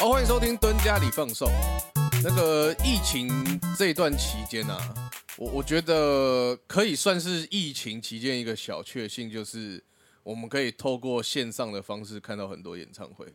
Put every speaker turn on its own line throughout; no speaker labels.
哦，欢迎收听蹲家里放送。那个疫情这段期间啊，我我觉得可以算是疫情期间一个小确幸，就是我们可以透过线上的方式看到很多演唱会。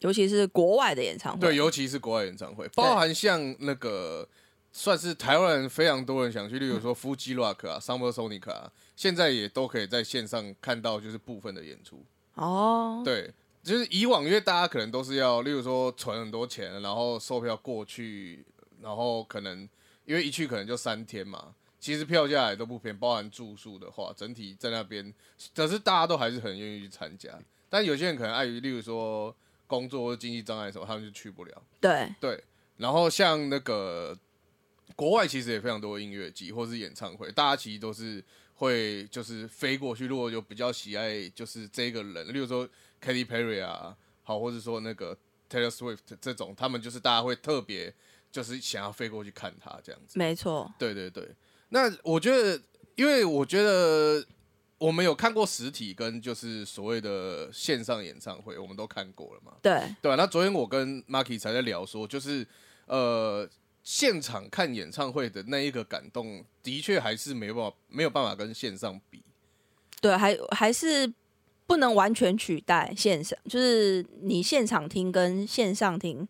尤其是国外的演唱会。
对，尤其是国外演唱会，包含像那个算是台湾人非常多人想去，例如说 Fuji Rock 啊、Summer Sonic 啊，现在也都可以在线上看到，就是部分的演出。
哦，
对，就是以往因为大家可能都是要，例如说存很多钱，然后售票过去，然后可能因为一去可能就三天嘛，其实票价也都不便宜，包含住宿的话，整体在那边，可是大家都还是很愿意去参加，但有些人可能碍于例如说工作或经济障碍什么，他们就去不了。
对，
对，然后像那个国外其实也非常多音乐季或是演唱会，大家其实都是会就是飞过去，如果有比较喜爱就是这个人，例如说 Katy Perry 啊，好，或者说那个 Taylor Swift 这种，他们就是大家会特别就是想要飞过去看他这样子。
没错，
对对对，那我觉得，因为我觉得我们有看过实体跟就是所谓的线上演唱会，我们都看过了嘛。
对，
对、啊，那昨天我跟 Marky 才在聊说，就是呃，现场看演唱会的那一个感动，的确还是没有办法没有办法跟线上比。
对，还还是不能完全取代线上，就是你现场听跟线上听，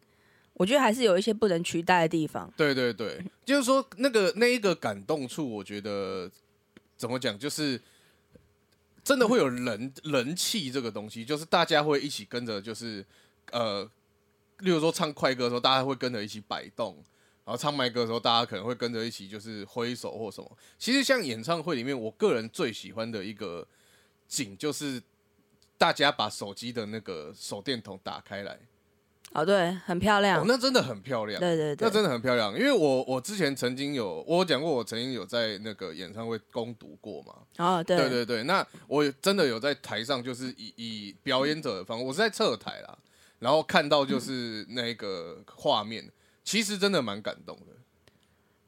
我觉得还是有一些不能取代的地方。
对对对，就是说那个那一个感动处，我觉得怎么讲，就是真的会有人人气这个东西，就是大家会一起跟着，就是呃，例如说唱快歌的时候，大家会跟着一起摆动。然后唱慢歌的时候，大家可能会跟着一起就是挥手或什么。其实像演唱会里面，我个人最喜欢的一个景就是大家把手机的那个手电筒打开来，
哦，对，很漂
哦
亮，。
那真的很漂亮。
对对对，
那真的很漂亮，因为我我之前曾经有我有讲过，我曾经有在那个演唱会攻读过嘛。
哦，对
对对对，那我真的有在台上，就是以以表演者的方，我是在侧台啦，然后看到就是那个画面，其实真的蛮感动的。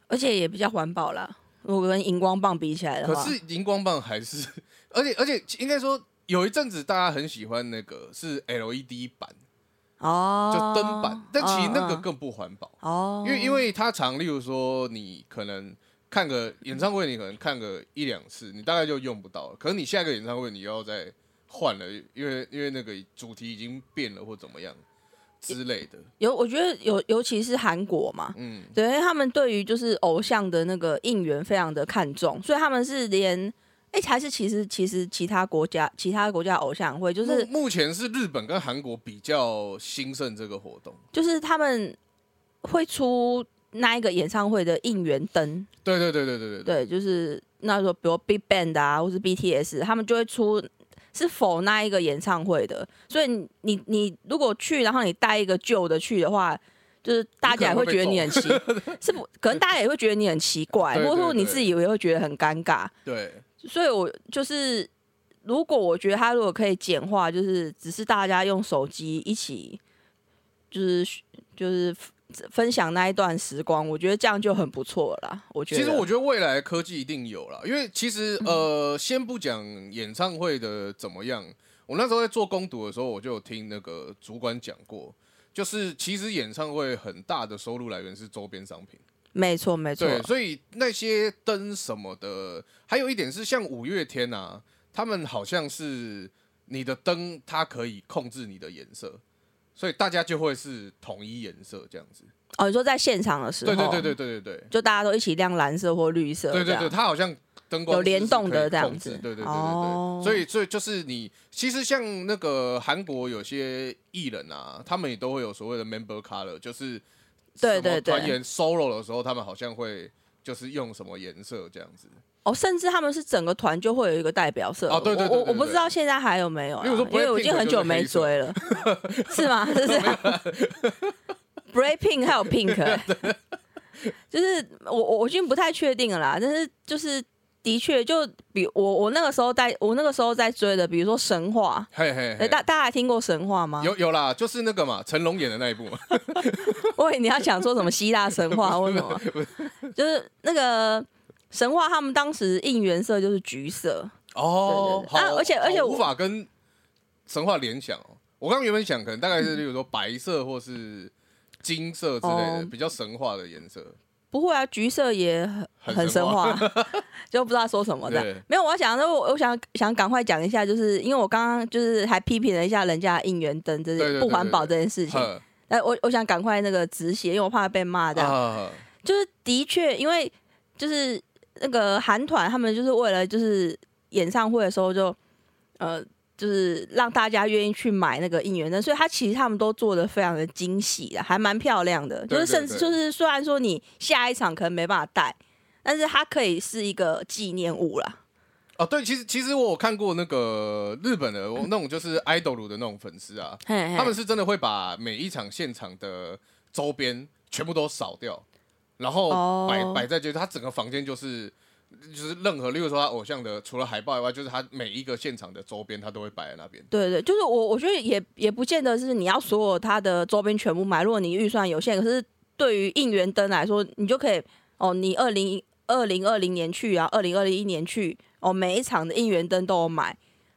而且也比较环保啦。如果跟荧光棒比起来的
可
话，
是荧光棒还是， 而且而且应该说有一阵子大家很喜欢那个是 LED 版，
哦，
就灯版，但其实那个
嗯嗯
更不环保。
哦，
因为因为它常，例如说你可能看个演唱会，你可能看个一两次，你大概就用不到了。可是你下一个演唱会你又要再换了，因为因为那个主题已经变了或怎么样之类的。
有我觉得有，尤其是韩国嘛，
嗯，
对，因为他们对于就是偶像的那个应援非常的看重，所以他们是连哎、还是其实其实其他国家其他国家偶像会就
就是目前是日本跟韩国比较兴盛这个活动。
就是他们会出那一个演唱会的应援灯，
对对对对对对对。
对，就是那时候比如 Big Bang 啊，或是 BTS，他们就会出是否那一个演唱会的，所以你你你如果去，然后你带一个旧的去的话。就是大家也会觉得 你很奇，是不？可能大家也会觉得你很奇怪，
对对
或者说你
对
自己也会觉得很尴尬。
对
所以我就是，如果我觉得它如果可以简化，就是只是大家用手机一起，就是就是分享那一段时光，我觉得这样就很不错了啦。我觉得，
其实我觉得未来科技一定有啦，因为其实
嗯
呃，先不讲演唱会的怎么样，我那时候在做攻读的时候，我就有听那个主管讲过，就是其实演唱会很大的收入来源是周边商品，
没错没错，
对，所以那些灯什么的，还有一点是像五月天啊，他们好像是你的灯它可以控制你的颜色，所以大家就会是统一颜色这样子，
哦，你说在现场的时候，
对对对对对对对。
就大家都一起亮蓝色或绿色，
对
这
对
样
对，它好像灯光
有联动
是
的
可以
这样
控制
子
对对对对对。
哦
所以所以就是你，其实像那个韩国有些艺人啊，他们也都会有所谓的 member color，就是
对
什么
对对
团员 solo 的时候，他们好像会。就是用什么颜色这样子，
哦，甚至他们是整个团就会有一个代表色。
哦对对对对
我我我不
对
知道现在还有没有啦，啊
例如说
因为我已
Blackpink
经很久没追了， 是吗？是这样。Breaking 还有 Pink，欸、就是我我我已经不太确定了啦，但是就是的确就比我我那个时候在我那个时候在追的，比如说神话，
嘿嘿
哎、
嘿，
大大家还听过神话吗？
有有啦，就是那个嘛，成龙演的那一 部嘛，
我以为你要想说什么希腊神话或什 么，就是那个神话，他们当时应援色就是橘色，
哦，
对对对
好
啊而且而且
好
我
无法跟神话联想哦，我刚原本想，可能大概
嗯
是例如说白色或是金色之类的
哦
比较神话的颜色。
不会啊，橘色也很
很
很
神
神话， 就不知道说什么的
对。
没有，我想，我我想想赶快讲一下，就是因为我刚刚就是还批评了一下人家应援灯这
对对
件
对
不环保这件事情。
呵
哎，我我想赶快那个止血，因为我怕被骂的。
啊，
就是的确，因为就是那个韩团他们就是为了就是演唱会的时候就呃就是让大家愿意去买那个应援灯，所以他其实他们都做的非常的精细的，还蛮漂亮的。
对
就是甚至
对对
就是虽然说你下一场可能没办法带，但是它可以是一个纪念物啦。
哦，对，其实其实我有看过那个日本的我那种就是 idol 的那种粉丝 啊，
嘿嘿
他们是真的会把每一场现场的周边全部都扫掉，然后
哦
摆摆、在就是他整个房间就是就是任何，例如说他偶像的除了海报以外，就是他每一个现场的周边他都会摆在那边。
对对，就是我，我觉得也也不见得是你要所有它的周边全部买，如果你预算有限，可是对于应援灯来说，你就可以哦，你二零二零二零年去啊，二零二零一年去哦，每一场的应援灯都有买，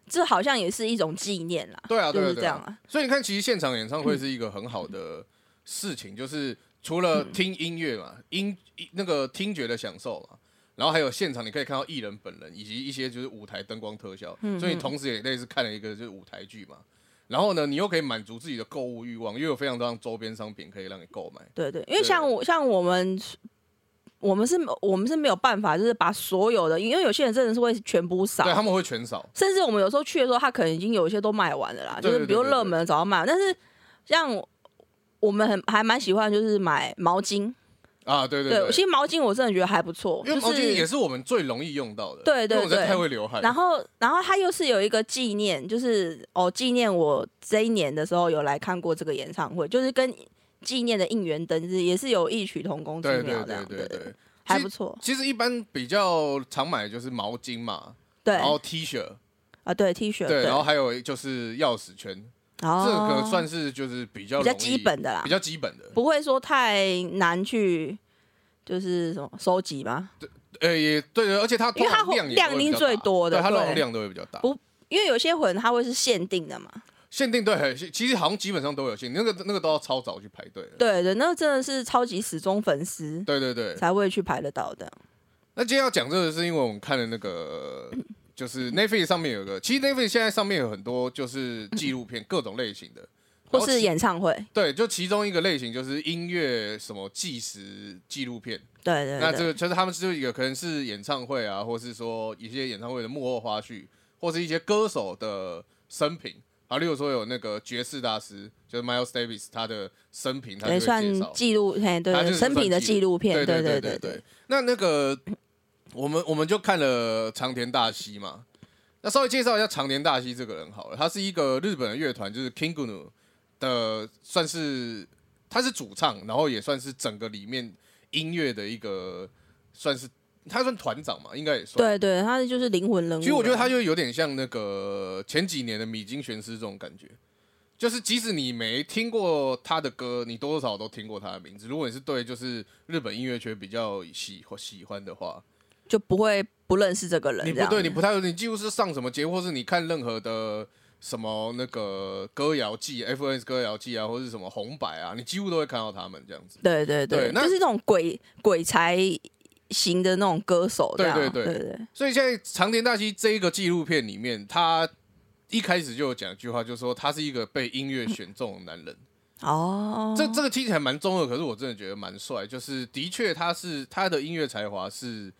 这好像也是一种纪念啦，
对啊，
就
对啊，
是这
对
样
啊。
啊，
所以你看，其实现场演唱会是一个很好的事情，就是除了
嗯
听音乐嘛，音音那个听觉的享受嘛，然后还有现场你可以看到艺人本人以及一些就是舞台灯光特效，
嗯
所以你同时也类似看了一个就是舞台剧嘛。然后呢，你又可以满足自己的购物欲望，又有非常多样周边商品可以让你购买。
对对，因为像我像我们。我们是，我们是没有办法，就是把所有的，因为有些人真的是会全部扫，
对，他们会全扫。
甚至我们有时候去的时候，他可能已经有一些都卖完了啦，
对
就是比如
对对对
热门的早要卖完，但是像我我们很还蛮喜欢就是买毛巾，
啊，对
对
对，
其实毛巾我真的觉得还不错，
因为毛
就
巾也
是
是我们最容易用到的。
对对
因为我们
对
太会流汗。
然后然后它又是有一个纪念，就是哦纪念我这一年的时候有来看过这个演唱会，就是跟纪念的应援灯是也是有异曲同工之
对对
妙这样，
对对对，
还不错，
其实一般比较常买的就是毛巾嘛，
对
然后 T 恤，
啊对 T 恤，
对，然后还有就是钥匙圈，这
哦
个算是就是比较
比较
容易
基本的啦
比，较基本的，
不会说太难去就是什么收集吗？
呃，也对，而且它
因为它
通常量也
量
都会比较
一定最
大
多的
对，它
对
容量都会比较大。
不因为有些魂它会是限定的嘛。
限定对，其其实好像基本上都有限定，那个那个都要超早去排队了。
对对，那真的是超级死忠粉丝
对对对，
才会去排得到的。
那今天要讲这个是因为我们看了那个。就是 Netflix 上面有个，其实 Netflix 现在上面有很多就是纪录片，各种类型的，
或
然后
是
其
演唱会，
对，就其中一个类型就是音乐什么纪实纪录片，
对对
那
对，
这个就是他们就是有可能是演唱会啊，或是说一些演唱会的幕后花絮，或是一些歌手的生平啊，例如说有那个爵士大师，就是 Miles Davis 他的生平，他就
也
会
算
介绍。
纪录，嘿，对
它就
对，
是
成品的
算纪
纪录片，
对
对
对对对。那那个我们我们就看了长田大希嘛，那稍微介绍一下长田大希这个人好了，他是一个日本的乐团，就是 Kingunu 的，算是他是主唱，然后也算是整个里面音乐的一个算是他算团长嘛，应该也算。
对对，他就是灵魂人物。啊
其实我觉得他，就有点像那个前几年的米津玄师这种感觉，就是即使你没听过他的歌，你多多少少都听过他的名字。如果你是对就是日本音乐圈比较喜喜欢的话，
就不会不认识这个人，
你
这
不
样
对，你
子
不太你几乎是上什么节目，或是你看任何的什么那个歌谣季、FNS 歌谣季啊，或是什么红白啊，你几乎都会看到他们这样子。
对对
对那
就是那种鬼鬼才型的那种歌手这
对
样，
对
对
对所以现在长田大希这一个纪录片里面，他一开始就有讲一句话，就是说他是一个被音乐选中的男人。
哦，
这这个听起来蛮中二，可是我真的觉得蛮帅。就是的确，他是他的音乐才华是，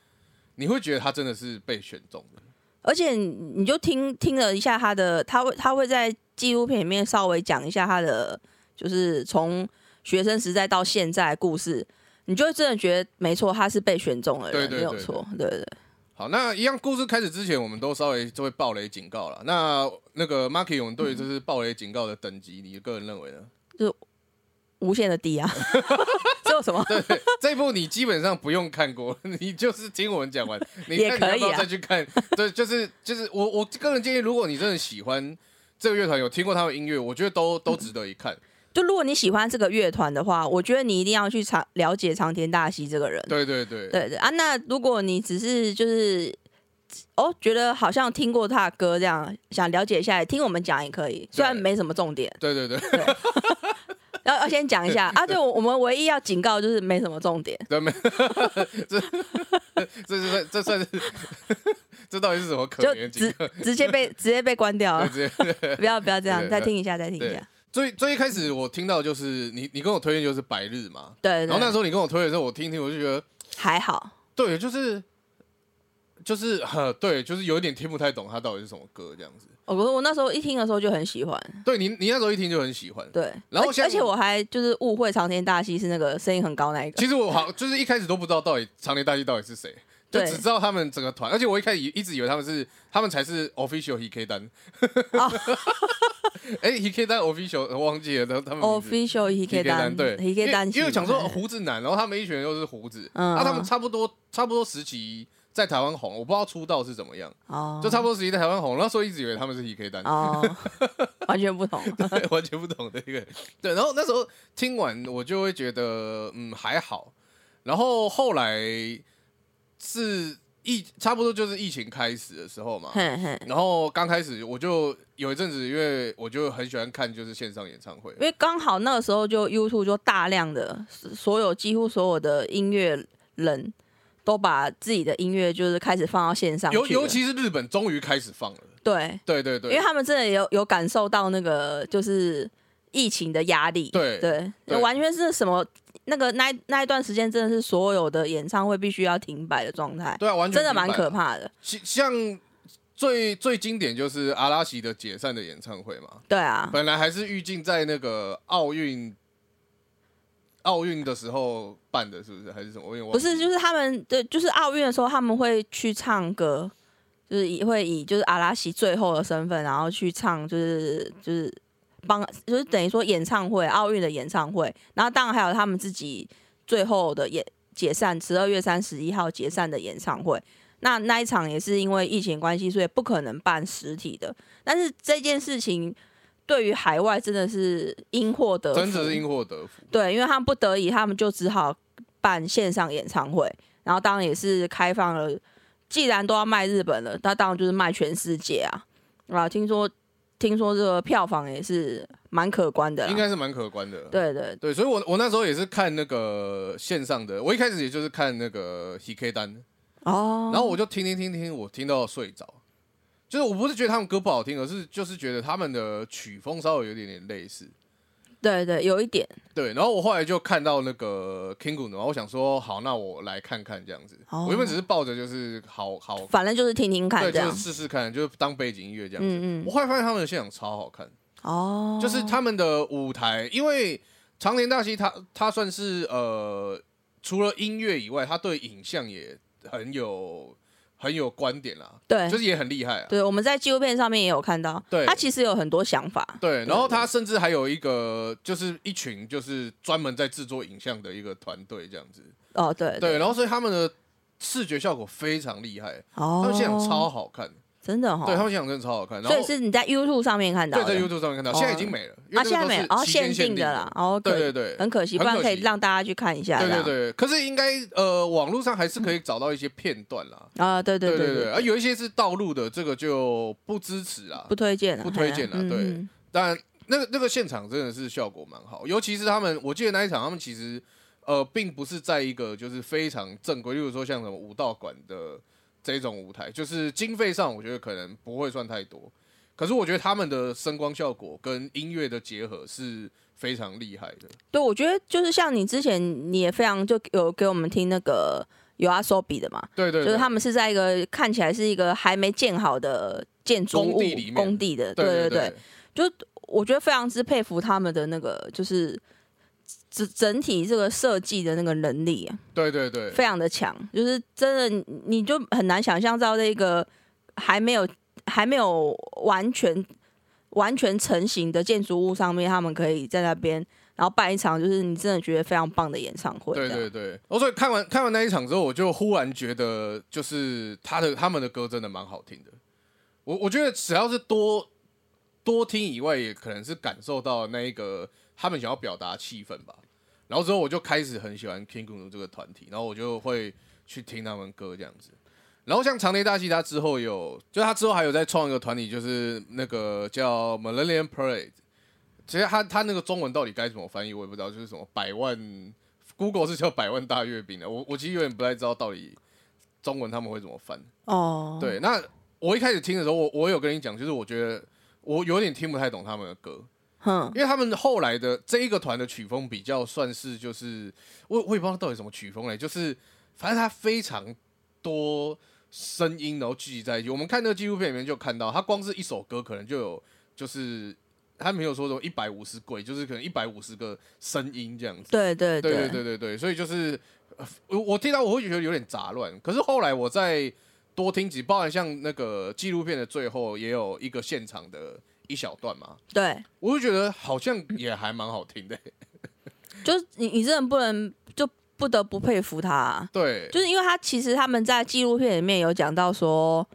你会觉得他真的是被选中的。
而且你你就听听了一下他的，他会他会在纪录片里面稍微讲一下他的，就是从学生时代到现在的故事，你就会真的觉得没错，他是被选中的人，
对对
没有
对
错，对对对
好，那一样故事开始之前，我们都稍微就会暴雷警告了。那那个 Marky，我们对于就是暴雷警告的等级，你个人认为呢？
无限的低啊，这有什么？
对，这一部你基本上不用看过，你就是听我们讲完，你
也
看你要
可以
不要
啊
再去看？对，就是就是我我个人建议，如果你真的喜欢这个乐团，有听过他们音乐，我觉得都都值得一看。
就如果你喜欢这个乐团的话，我觉得你一定要去长了解长田大希这个人。
对对对，
对对啊，那如果你只是就是哦，觉得好像听过他的歌这样，想了解一下，听我们讲也可以，虽然没什么重点。
对对对，
要要先讲一下啊，对，我我们唯一要警告就是没什么重点。
对没，这这是算这算是 这到底是什么可
就
怜的
直
景况？
直接被直接被关掉了，
对直接
不要不要这样，
对
再听一下，再听一
对
下。
最最一开始我听到就是你你跟我推荐就是白日嘛，
对
然后
对
那
对，
时候你跟我推的时候，我听一听我就觉得
还好，
对，就是就是呵，对，就是有一点听不太懂它到底是什么歌这样子。
我我那时候一听的时候就很喜欢，
对你你那时候一听就很喜欢，
对，
然后
而
像
而且我还就是误会长天大戏是那个声音很高那一个，
其实我好就是一开始都不知道到底长年大戏到底是谁。就
对
只知道他们整个团，而且我一开始以一直以为他们是他们才是 official HK 单，
哦
哎、h k 单 official 我忘记了，然后他们名字
official
HK
HK
单
单
嗯对
HK 单
因为
戏，
因为想说胡子男，然后他们一群人又是胡子，啊
嗯
那、他们
嗯
差不多差不多时期在台湾红，我不知道出道是怎么样，
哦，
就差不多时期在台湾红，那时候一直以为他们是 HK 单，
哦，完全 不同，
对，完全不懂的一个。对，然后那时候听完我就会觉得，嗯，还好。然后后来是疫，差不多就是疫情开始的时候嘛。
嘿嘿，
然后刚开始我就有一阵子，因为我就很喜欢看就是线上演唱会
因，为刚好那个时候就 YouTube 就大量的所有几乎所有的音乐人都把自己的音乐就是开始放到线上去
尤
了，
尤其是日本终于开始放了。
对，
对对对，
因为他们真的有有感受到那个就是疫情的压力，
对
对，
对
完全是什么那个那一那一段时间真的是所有的演唱会必须要停摆的状态，
对啊，完全
真的蛮
明白
可。怕的，
其像最最经典就是阿拉西的解散的演唱会嘛，
对啊，
本来还是预定在那个奥运奥运的时候办的，是不是？还是什么？我有点忘
不
记。
是就是他们对，就是奥运的时候他们会去唱歌。就是以会以就是阿拉西最后的身份，然后去唱就是就是帮就是等于说演唱会奥运的演唱会，然后当然还有他们自己最后的演解散十二月三十一号解散的演唱会。那那一场也是因为疫情关系，所以不可能办实体的。但是这件事情对于海外真的是因祸得福，
真的是因祸得福。
对，因为他们不得已，他们就只好办线上演唱会，然后当然也是开放了。既然都要卖日本了，那当然就是卖全世界啊！啊，听说听说这个票房也是蛮可观的啦，
应该是蛮可观的。
对对
对，所以我我那时候也是看那个线上的，我一开始也就是看那个 HK 单，
哦，
然后我就听听听听，我听到睡着。就是我不是觉得他们歌不好听，而是就是觉得他们的曲风稍微有一点点类似。
对对，有一点
对，然后我后来就看到那个 Kingu，然后我想说，好，那我来看看这样子。
哦
我原本只是抱着就是好好
反正就是听听看
对，
这样
就是试试看，就是当背景音乐这样子。
嗯嗯
我后来发现他们的现场超好看，
哦，
就是他们的舞台，因为长田大希他他算是呃，除了音乐以外，他对影像也很有很有观点啦，
对
就是也很厉害啊。
对，我们在纪录片上面也有看到，
对
他其实有很多想法，
对，然后
对
他甚至还有一个，就是一群就是专门在制作影像的一个团队这样子。
哦对
对，然后所以他们的视觉效果非常厉害，
哦，
他们现场超好看，
真的哈、哦
对他们现场真的超好看。然
所
后
以是你在 YouTube 上上面看到
对，
的，
在 YouTube 上面看到，
哦
现在已经没了，因为
啊，现在没有
那个都
哦，
是期间
限
限
定的啦，，哦，可以
对对对，
很可惜，不
很
然
可
可以
惜
让大家去看一下
对
啦。
对对，可是应该呃，网络上还是可以找到一些片段啦，
啊，对对
对
对
对，啊，有一些是道路的，这个就不支持啦
不。推荐啊，
不推荐啊
嘿啊
对
嗯
当然，那个那个现场真的是效果蛮好，尤其是他们，我记得那一场他们其实呃，并不是在一个就是非常正规，例如说像什么武道馆的这种舞台，就是经费上我觉得可能不会算太多，可是我觉得他们的声光效果跟音乐的结合是非常厉害的。
对，我觉得就是像你之前你也非常就有给我们听那个有阿索比的嘛，
对对
就
对
是他们是在一个看起来是一个还没建好的建筑物
工地里面
工地的，
对对
对
对，
我觉得非常之佩服他们的那个就是。整整体这个设计的那个能力啊，
对对对，
非常的强，就是真的，你就很难想象到这个还没有还没有完全完全成型的建筑物上面，他们可以在那边，然后办一场就是你真的觉得非常棒的演唱会。
对
这
对
样
对，我、所以看完看完那一场之后，我就忽然觉得，就是他的他们的歌真的蛮好听的。我我觉得只要是多多听以外，也可能是感受到那一个他们想要表达的气氛吧。然后之后我就开始很喜欢 King g u n 这个团体，然后我就会去听他们歌这样子。然后像长内大希，他之后有，就他之后还有在创一个团体，就是那个叫 Millennium Parade。其实他他那个中文到底该怎么翻译，我也不知道，就是什么百万，Google 是叫百万大阅兵的，我我其实有点不太知道到底中文他们会怎么翻。
哦，
对，那我一开始听的时候，我我有跟你讲，就是我觉得我有点听不太懂他们的歌，
哼，
因为他们后来的这一个团的曲风比较算是就是我我也不知道到底什么曲风嘞，就是反正它非常多声音然后聚集在一起。我们看那个纪录片里面就看到，它光是一首歌可能就有就是它没有说什么一百五十轨，就是可能一百五十个声音这样子。
对对
对对对对对，所以就是呃我我听到我会觉得有点杂乱，可是后来我再多听几，包含像那个纪录片的最后也有一个现场的一小段嘛，
对，
我就觉得好像也还蛮好听的、
就是你你真的不能就不得不佩服他啊、
对，
就是因为他其实他们在纪录片里面有讲到说，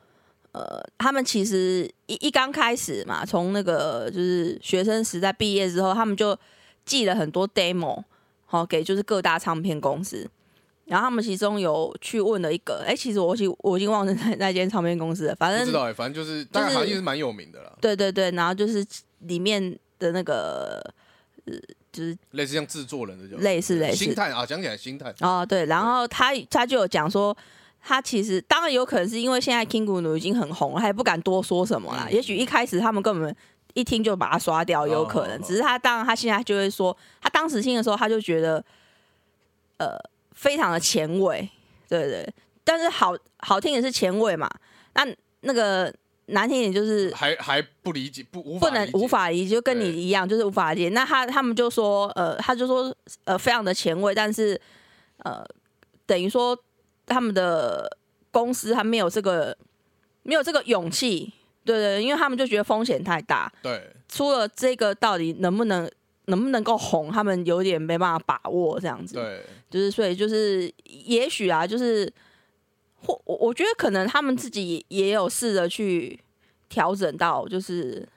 呃，他们其实一一刚开始嘛，从那个就是学生时代毕业之后，他们就寄了很多 demo，好、给就是各大唱片公司。然后他们其中有去问了一个，哎，其实我已经我已经忘了那那间唱片公司了，反
不知
正
道哎、反正就是大概
就是
好像也是蛮有名的啦，
对对对，然后就是里面的那个
类似像制作人的这种
类似类似
心态啊，讲起来心态，
哦，对，然后他他就有讲说，他其实当然有可能是因为现在 King g u n 已经很红了，他也不敢多说什么啦。
嗯
也许一开始他们根本一听就把他刷掉，有可能。
哦
只是他当然他现在就会说，他当时听的时候他就觉得，呃，非常的前卫，对对。但是好好听也是前卫嘛，那那个难听一点就是
还还不理解，不无法
不能
理解
无法理解，就跟你
对
一样，就是无法理解。那他他们就说，呃，他就说，呃，非常的前卫，但是呃，等于说他们的公司还没有这个没有这个勇气，对对，因为他们就觉得风险太大，
对，
出了这个到底能不能能不能够红，他们有点没办法把握这样子。
对，
就是所以就是也许啊，就是或我我觉得可能他们自己也也有试着去调整到，就是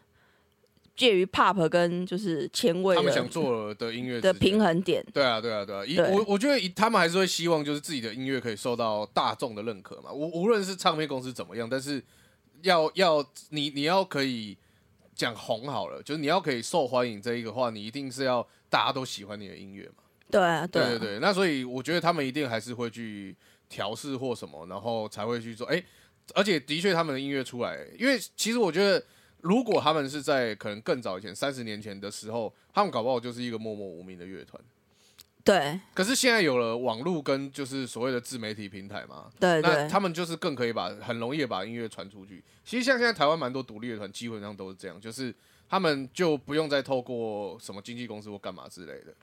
介于 pop 跟就是前卫
他们想
的
做的音乐
的
之间
平衡点。
对啊，对啊，对啊，一
对
我我觉得一他们还是会希望就是自己的音乐可以受到大众的认可嘛，无无论是唱片公司怎么样，但是要要你你要可以讲红好了，就是你要可以受欢迎这一个话，你一定是要大家都喜欢你的音乐嘛。
对啊，
对
啊
对对，那所以我觉得他们一定还是会去调试或什么，然后才会去做。哎、而且的确他们的音乐出来，因为其实我觉得。如果他们是在可能更早以前，三十年前的时候，他们搞不好就是一个默默无名的乐团。
对
可是现在有了网络跟就是所谓的自媒体平台嘛，
对
那
对
他们就是更可以把很容易地把音乐传出去。其实像现在台湾蛮多独立乐团，基本上都是这样，就是他们就不用再透过什么经纪公司或干嘛之类的，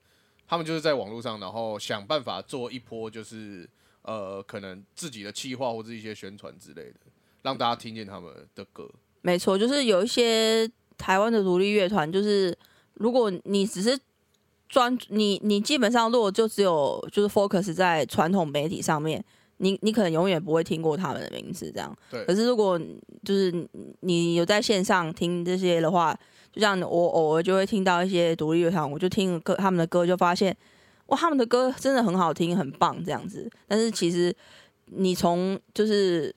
他们就是在网络上，然后想办法做一波就是呃可能自己的企划或者一些宣传之类的，让大家听见他们的歌。
没错，就是有一些台湾的独立乐团，就是如果你只是专你你基本上如果就只有就是 focus 在传统媒体上面，你你可能永远不会听过他们的名字这样。
对
可是如果就是你你有在线上听这些的话，就像我偶尔就会听到一些独立乐团，我就听歌他们的歌，就发现哇，他们的歌真的很好听，很棒这样子。但是其实你从就是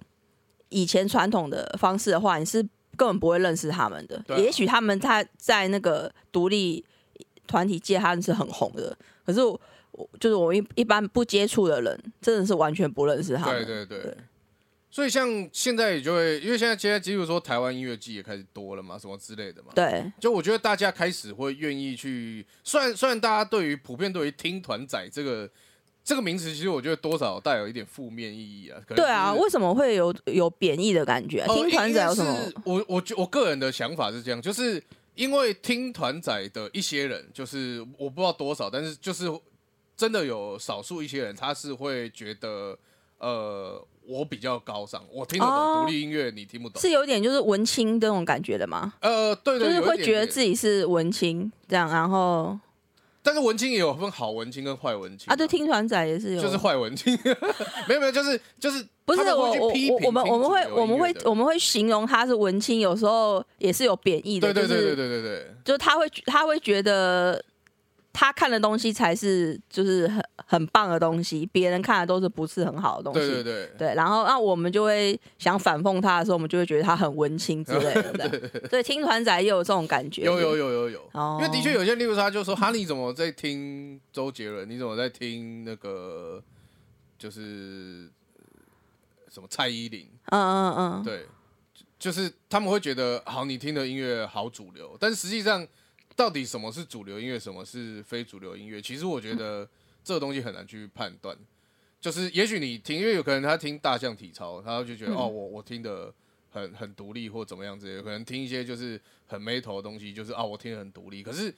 以前传统的方式的话，你是根本不会认识他们的。
对啊
也许他们他在那个独立团体界他们是很红的，可是我。我就是我一一般不接触的人，真的是完全不认识他们。
对对对。
对
所以像现在也就会，因为现在现在几乎说台湾音乐季也开始多了嘛，什么之类的嘛。
对
就我觉得大家开始会愿意去，虽然虽然大家对于普遍对于听团仔这个这个名词，其实我觉得多少带有一点负面意义啊。可能
对啊，
就是
为什么会有有贬义的感觉、啊
呃
听团仔有什么？
应该是我我觉我个人的想法是这样，就是因为听团仔的一些人，就是我不知道多少，但是就是真的有少数一些人，他是会觉得呃我比较高尚，我听得
哦
懂独立音乐，你听不懂。
是有点就是文青这种感觉的吗？
呃，对
就
对，
是
有一
会
点
觉得
点
自己是文青这样，然后
但是文青也有分好文青跟坏文青
啊，对，听团仔也是有，
就是坏文青， 没有没有，就是就是
不是
他们
我
会去
我
批
我
评
我们
听
我们
主
会
流
我们
音乐
会
的
我们会形容他是文青，有时候也是有贬义的，
对对对对
就是
对对对
就是他会他会觉得他看的东西才是就是很很棒的东西，别人看的都是不是很好的东西。
对对对，
对，然后那我们就会想反讽他的时候，我们就会觉得他很文青之类的。 对对，听团仔也有这种感觉。
有有有有有，
哦
因为的确有些，例如说他就说哈，你怎么在听周杰伦？你怎么在听那个就是呃什么蔡依林？
嗯嗯嗯，
对，就就是他们会觉得好，你听的音乐好主流，但实际上到底什么是主流音乐，什么是非主流音乐？其实我觉得这个东西很难去判断。就是也许你听，因为有可能他听大象体操，他就
嗯
觉得、哦，我我听的很很独立或怎么样之类的，可能听一些就是很 metal 的东西，就是啊，我听的很独立。可是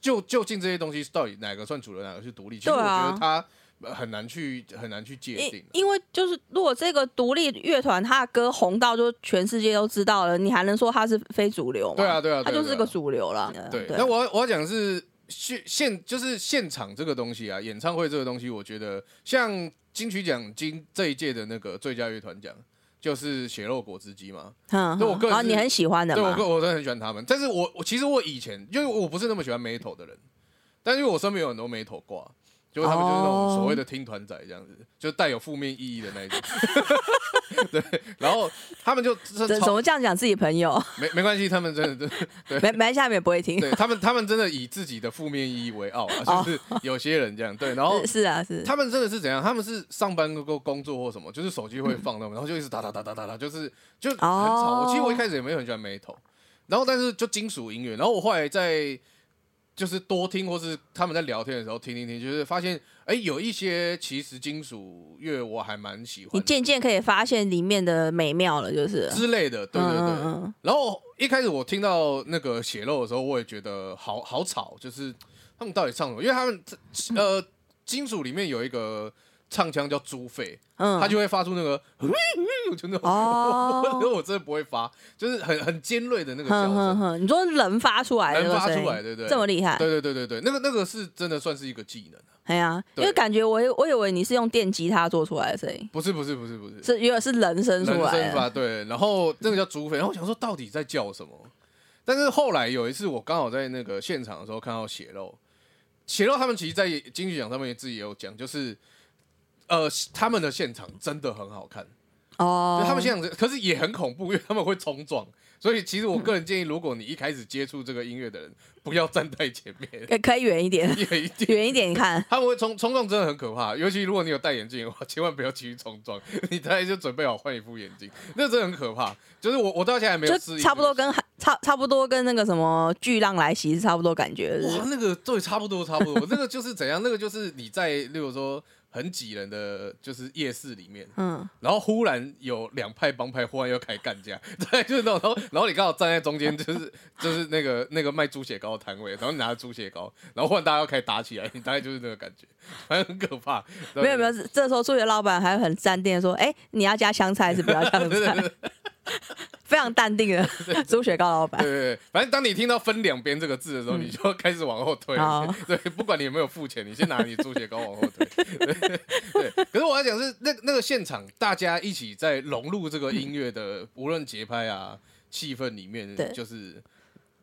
就究竟这些东西到底哪个算主流，哪个是独立？其实我
对啊
觉得他呃很难去很难去界定
因。因为就是如果这个独立乐团他的歌红到就全世界都知道了，你还能说他是非主流吗？
对啊，对啊，
他
对啊
就
对
是
啊
个主流了。
对，那我要我要讲的是现现就是现场这个东西啊，演唱会这个东西，我觉得像金曲奖今这一届的那个最佳乐团奖，就是血肉果汁机嘛。
嗯，
对我个人
然后
是
你很喜欢的
对我
嘛？
个我真的很喜欢他们，但是我我其实我以前因为我不是那么喜欢 metal 的人，但是因为我身边有很多 metal 挂。就是他们就是那种
哦
所谓的听团仔这样子，就带有负面意义的那一种。 对，然后他们就真
怎
的
怎
超
么这样讲自己朋友？
没没关系，他们真的真的
没没下面也不会听。
对他们，他们真的以自己的负面意义为傲啊，
哦
就是有些人这样对，然后
是是啊，是
哦他们真的是怎样？他们是上班工工作或什么，就是手机会放到，然后就一直打打打打打打，就是就很吵。
嗯哦
我其实我一开始也没有很喜欢 metal，然后但是就金属音乐，然后我后来在就是多听或是他们在聊天的时候听听听，就是发现哎、有一些其实金属乐我还蛮喜
你
欢的
渐渐可以发现里面的美妙了，就是。
之类的，对对对。
嗯嗯嗯
然后一开始我听到那个血肉的时候，我也觉得好好吵，就是他们到底唱什么？因为他们呃，金属里面有一个唱腔叫猪肺，
嗯，
他就会发出那个就那种，
哦
我真的不会发，就是很很尖锐的那个叫
哼哼
声。
哼，你说人发出来的那
人
个
发
声音，
出来对不对
这么厉害，
对对对对对，那个那个是真的算是一个技能，啊
哎呀，因
对
为感觉我以我以为你是用电吉他做出来的声音，
不是不是不是不是，
是原来是人声出
人
来
声
的，
发对，然后那个叫猪肺，然后我想说到底在叫什么？但是后来有一次我刚好在那个现场的时候看到血肉，血肉他们其实在金曲奖上面自己也有讲，就是呃他们的现场真的很好看，
哦
就，他们现场可是也很恐怖，因为他们会冲撞，所以其实我个人建议，如果你一开始接触这个音乐的人，不要站在前面
可可以远一点，
远一点。
远一点看，
他们会冲冲撞真的很可怕，尤其如果你有戴眼镜的话，千万不要继续冲撞， 你大概就准备好换一副眼镜，那真的很可怕。就是我我到现在还没有
就
适应这个，
差不多跟差差不多跟那个什么巨浪来袭是差不多感觉，是不
哇，
是
那个对，差不多差不多，那个就是怎样，那个就是你在例如说很挤人的就是夜市里面，
嗯，
然后忽然有两派帮派忽然要开始干架， 对，就是那种，然后然后你刚好站在中间，就是就是那个那个卖猪血糕的摊位，然后你拿着猪血糕，然后忽然大家要开始打起来，你大概就是那个感觉，反正很可怕。对
没有没有，这时候助理老板还很淡定的说，哎，你要加香菜还是不要 香菜？非常淡定的猪血糕老 板，
对对对，反正当你听到“分两边”这个字的时候，你就要开始往后退
嗯好。
对，不管你有没有付钱，你先拿你猪血糕往后退。 对，对可是我要讲是那那个现场，大家一起在融入这个音乐的，无论节拍啊、气氛里面
对，
就是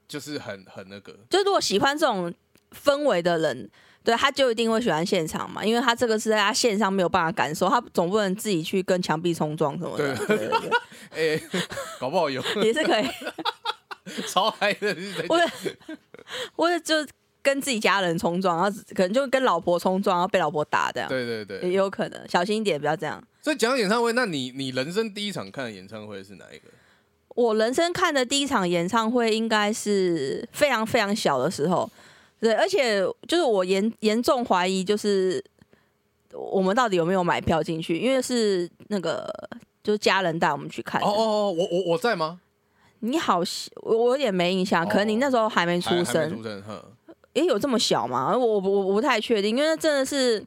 就是很很那个。
就如果喜欢这种氛围的人，对他就一定会喜欢现场嘛，因为他这个是在他线上没有办法感受，他总不能自己去跟墙壁冲撞什么的，对对对
哎、 搞不好有
也是可以，
超嗨的，就是在
或者或者就跟自己家人冲撞，然后可能就跟老婆冲撞，然后被老婆打这样，
对对
也
对。
有可能，小心一点，不要这样。
所以讲到演唱会，那你你人生第一场看的演唱会是哪一个？
我人生看的第一场演唱会应该是非常非常小的时候，对，而且就是我严严重怀疑，就是我们到底有没有买票进去，因为是那个就是家人带我们去看的。
哦哦哦，我我我在吗？
你好像，我我有点没印象，
哦
可能你那时候还没
还
出
还没
生，
出生，哼。
也有这么小吗？我我我我不太确定，因为那真的是。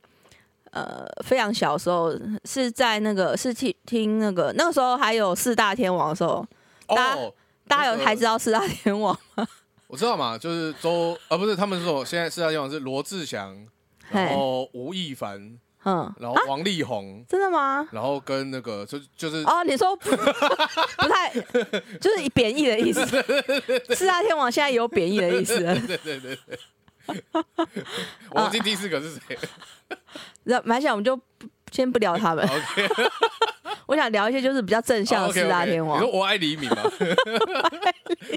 呃，非常小的时候是在那个是听听那个那个时候还有四大天王的时候，大家
哦，
大家
那
有
个哦
还知道四大天王？
我知道嘛，就是周啊，不是他们说现在四大天王是罗志祥，然
嘿，
后吴亦凡，
嗯，
然后王力宏，
真的吗？
然后跟那个就就是、
哦，你说不不太，就是以贬义的意思。四大天王现在有贬义的意思了，
对对对对，
哦
我忘记第四个是谁。
那蛮想我们就不先不聊他们，
OK，
我想聊一些就是比较正向的四大天王
哦你。说我爱黎明 吗？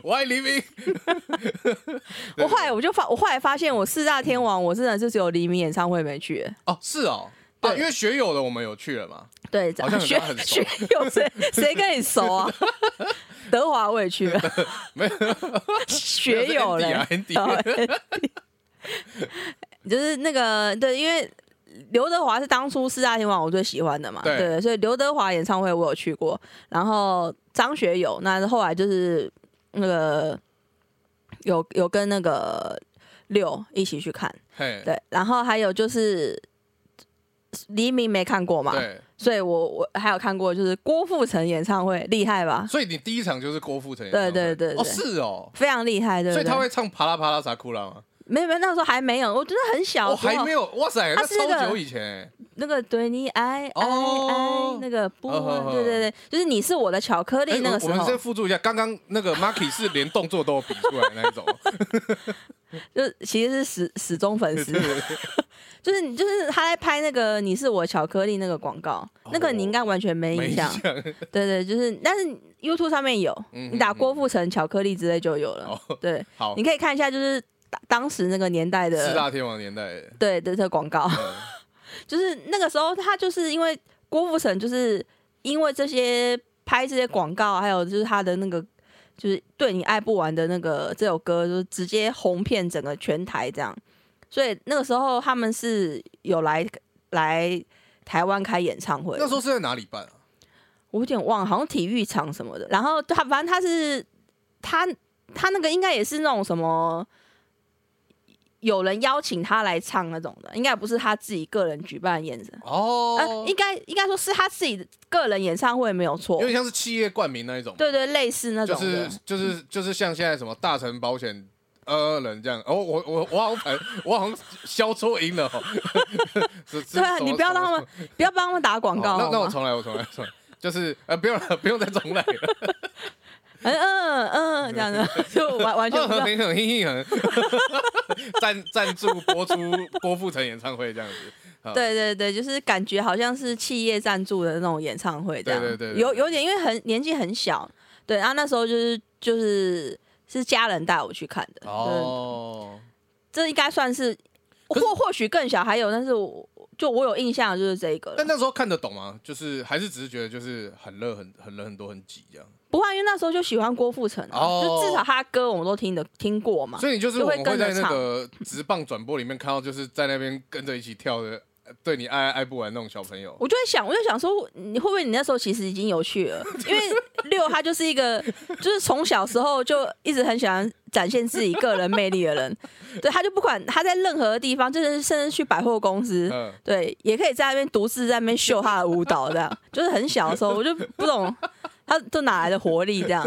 我爱黎明，
我后来我就发，我后来发现我四大天王，我真的是只有黎明演唱会没去。
哦，是哦，啊，因为学友的我们有去了嘛，
对，
好像很
学
很熟
学 有谁谁跟你熟啊？德华我也去了，
没有
学友
没
嘞哦
有是 Andy 啊
Andy 就是那个对，因为刘德华是当初四大天王我最喜欢的嘛，
对
对，所以刘德华演唱会我有去过，然后张学友，那后来就是那个有有跟那个六一起去看，
嘿，
对，然后还有就是黎明没看过嘛，
对，
所以我我还有看过，就是郭富城演唱会，厉害吧？
所以你第一场就是郭富城演唱
对
会，
对对对
哦，是哦，
非常厉害，对不
所以
对？
他会唱《啪啦啪啦撒库拉》吗？
没有没有，那时候还没有，我觉得很小
哦，
的时候，
还没有，哇塞，
他
那
是那
超
个
久以前欸，
那个对你爱爱
哦
爱那个不
哦哦哦，
对对对，就是你是我的巧克
哎
力那个
我
时
我们
候
先，附注一下，刚刚那个 Marky 是连动作都有比出来的那一 种，
就是其实是始始终粉丝
对，对对
就是你就是他在拍那个你是我巧克力那个广告，那个你应该完全没
哦没
印
印
象
象，，
对对，就是但是 YouTube 上面有，
嗯
你打
嗯嗯
郭富城巧克力之类就有了，
哦，
对，
好啊
你，可以看一下，就是当当时那个年代
四
的
大天王年代的，
对的这个广告。
嗯
就是那个时候，他就是因为郭富城，就是因为这些拍这些广告，还有就是他的那个就是对你爱不完的那个这首歌，就是直接红遍整个全台这样。所以那个时候他们是有来来台湾开演唱会，
那时候是在哪里办啊？
我有点忘了，好像体育场什么的。然后他反正他是他他那个应该也是那种什么。有人邀请他来唱那种的，应该不是他自己个人举办演唱，呃，
哦
应，该应该说是他自己的个人演唱会没有错
有，点像是企业冠名那一种，
对对，类似那
就
种的，
是就是就是像现在什么大成保险。呃，人这样，哦，我我我好像反我好像销售赢了哦， 是是
对啊
什么
你不要
什么
让他们不要帮他们打广告
好哦那那
好
我
吗？
重来，我重来，重来，就是呃，不用了，不用再重来了，
嗯嗯嗯，这 样子就完完全
很
不知道
很很很很，赞赞助播出郭富城演唱会这样子，好，
对对对，就是感觉好像是企业赞助的那种演唱会这样，
对对对对
有有点因为很年纪很小，对，然后那时候就是就是是家人带我去看的，对，
哦，
这应该算是
可是
或或许更小，还有，但是我就我有印象的就是这一个了，
但那时候看得懂吗？就是还是只是觉得就是很热，很很人很多，很挤这样，
不会，因为那时候就喜欢郭富城、啊，
哦
就至少他的歌我们都听的听过嘛。
所以你就是
就
我
会
们会
跟着
在那个直棒转播里面看到，就是在那边跟着一起跳的，呃对你爱爱爱不完那种小朋友。
我就在想，我就想说，你会不会你那时候其实已经有趣了？因为六他就是一个，就是从小时候就一直很喜欢展现自己个人魅力的人，对，他就不管他在任何地方，就是甚至去百货公司，
嗯，
对，也可以在那边独自在那边秀他的舞蹈，这样就是很小的时候，我就不懂他都哪来的活力这样。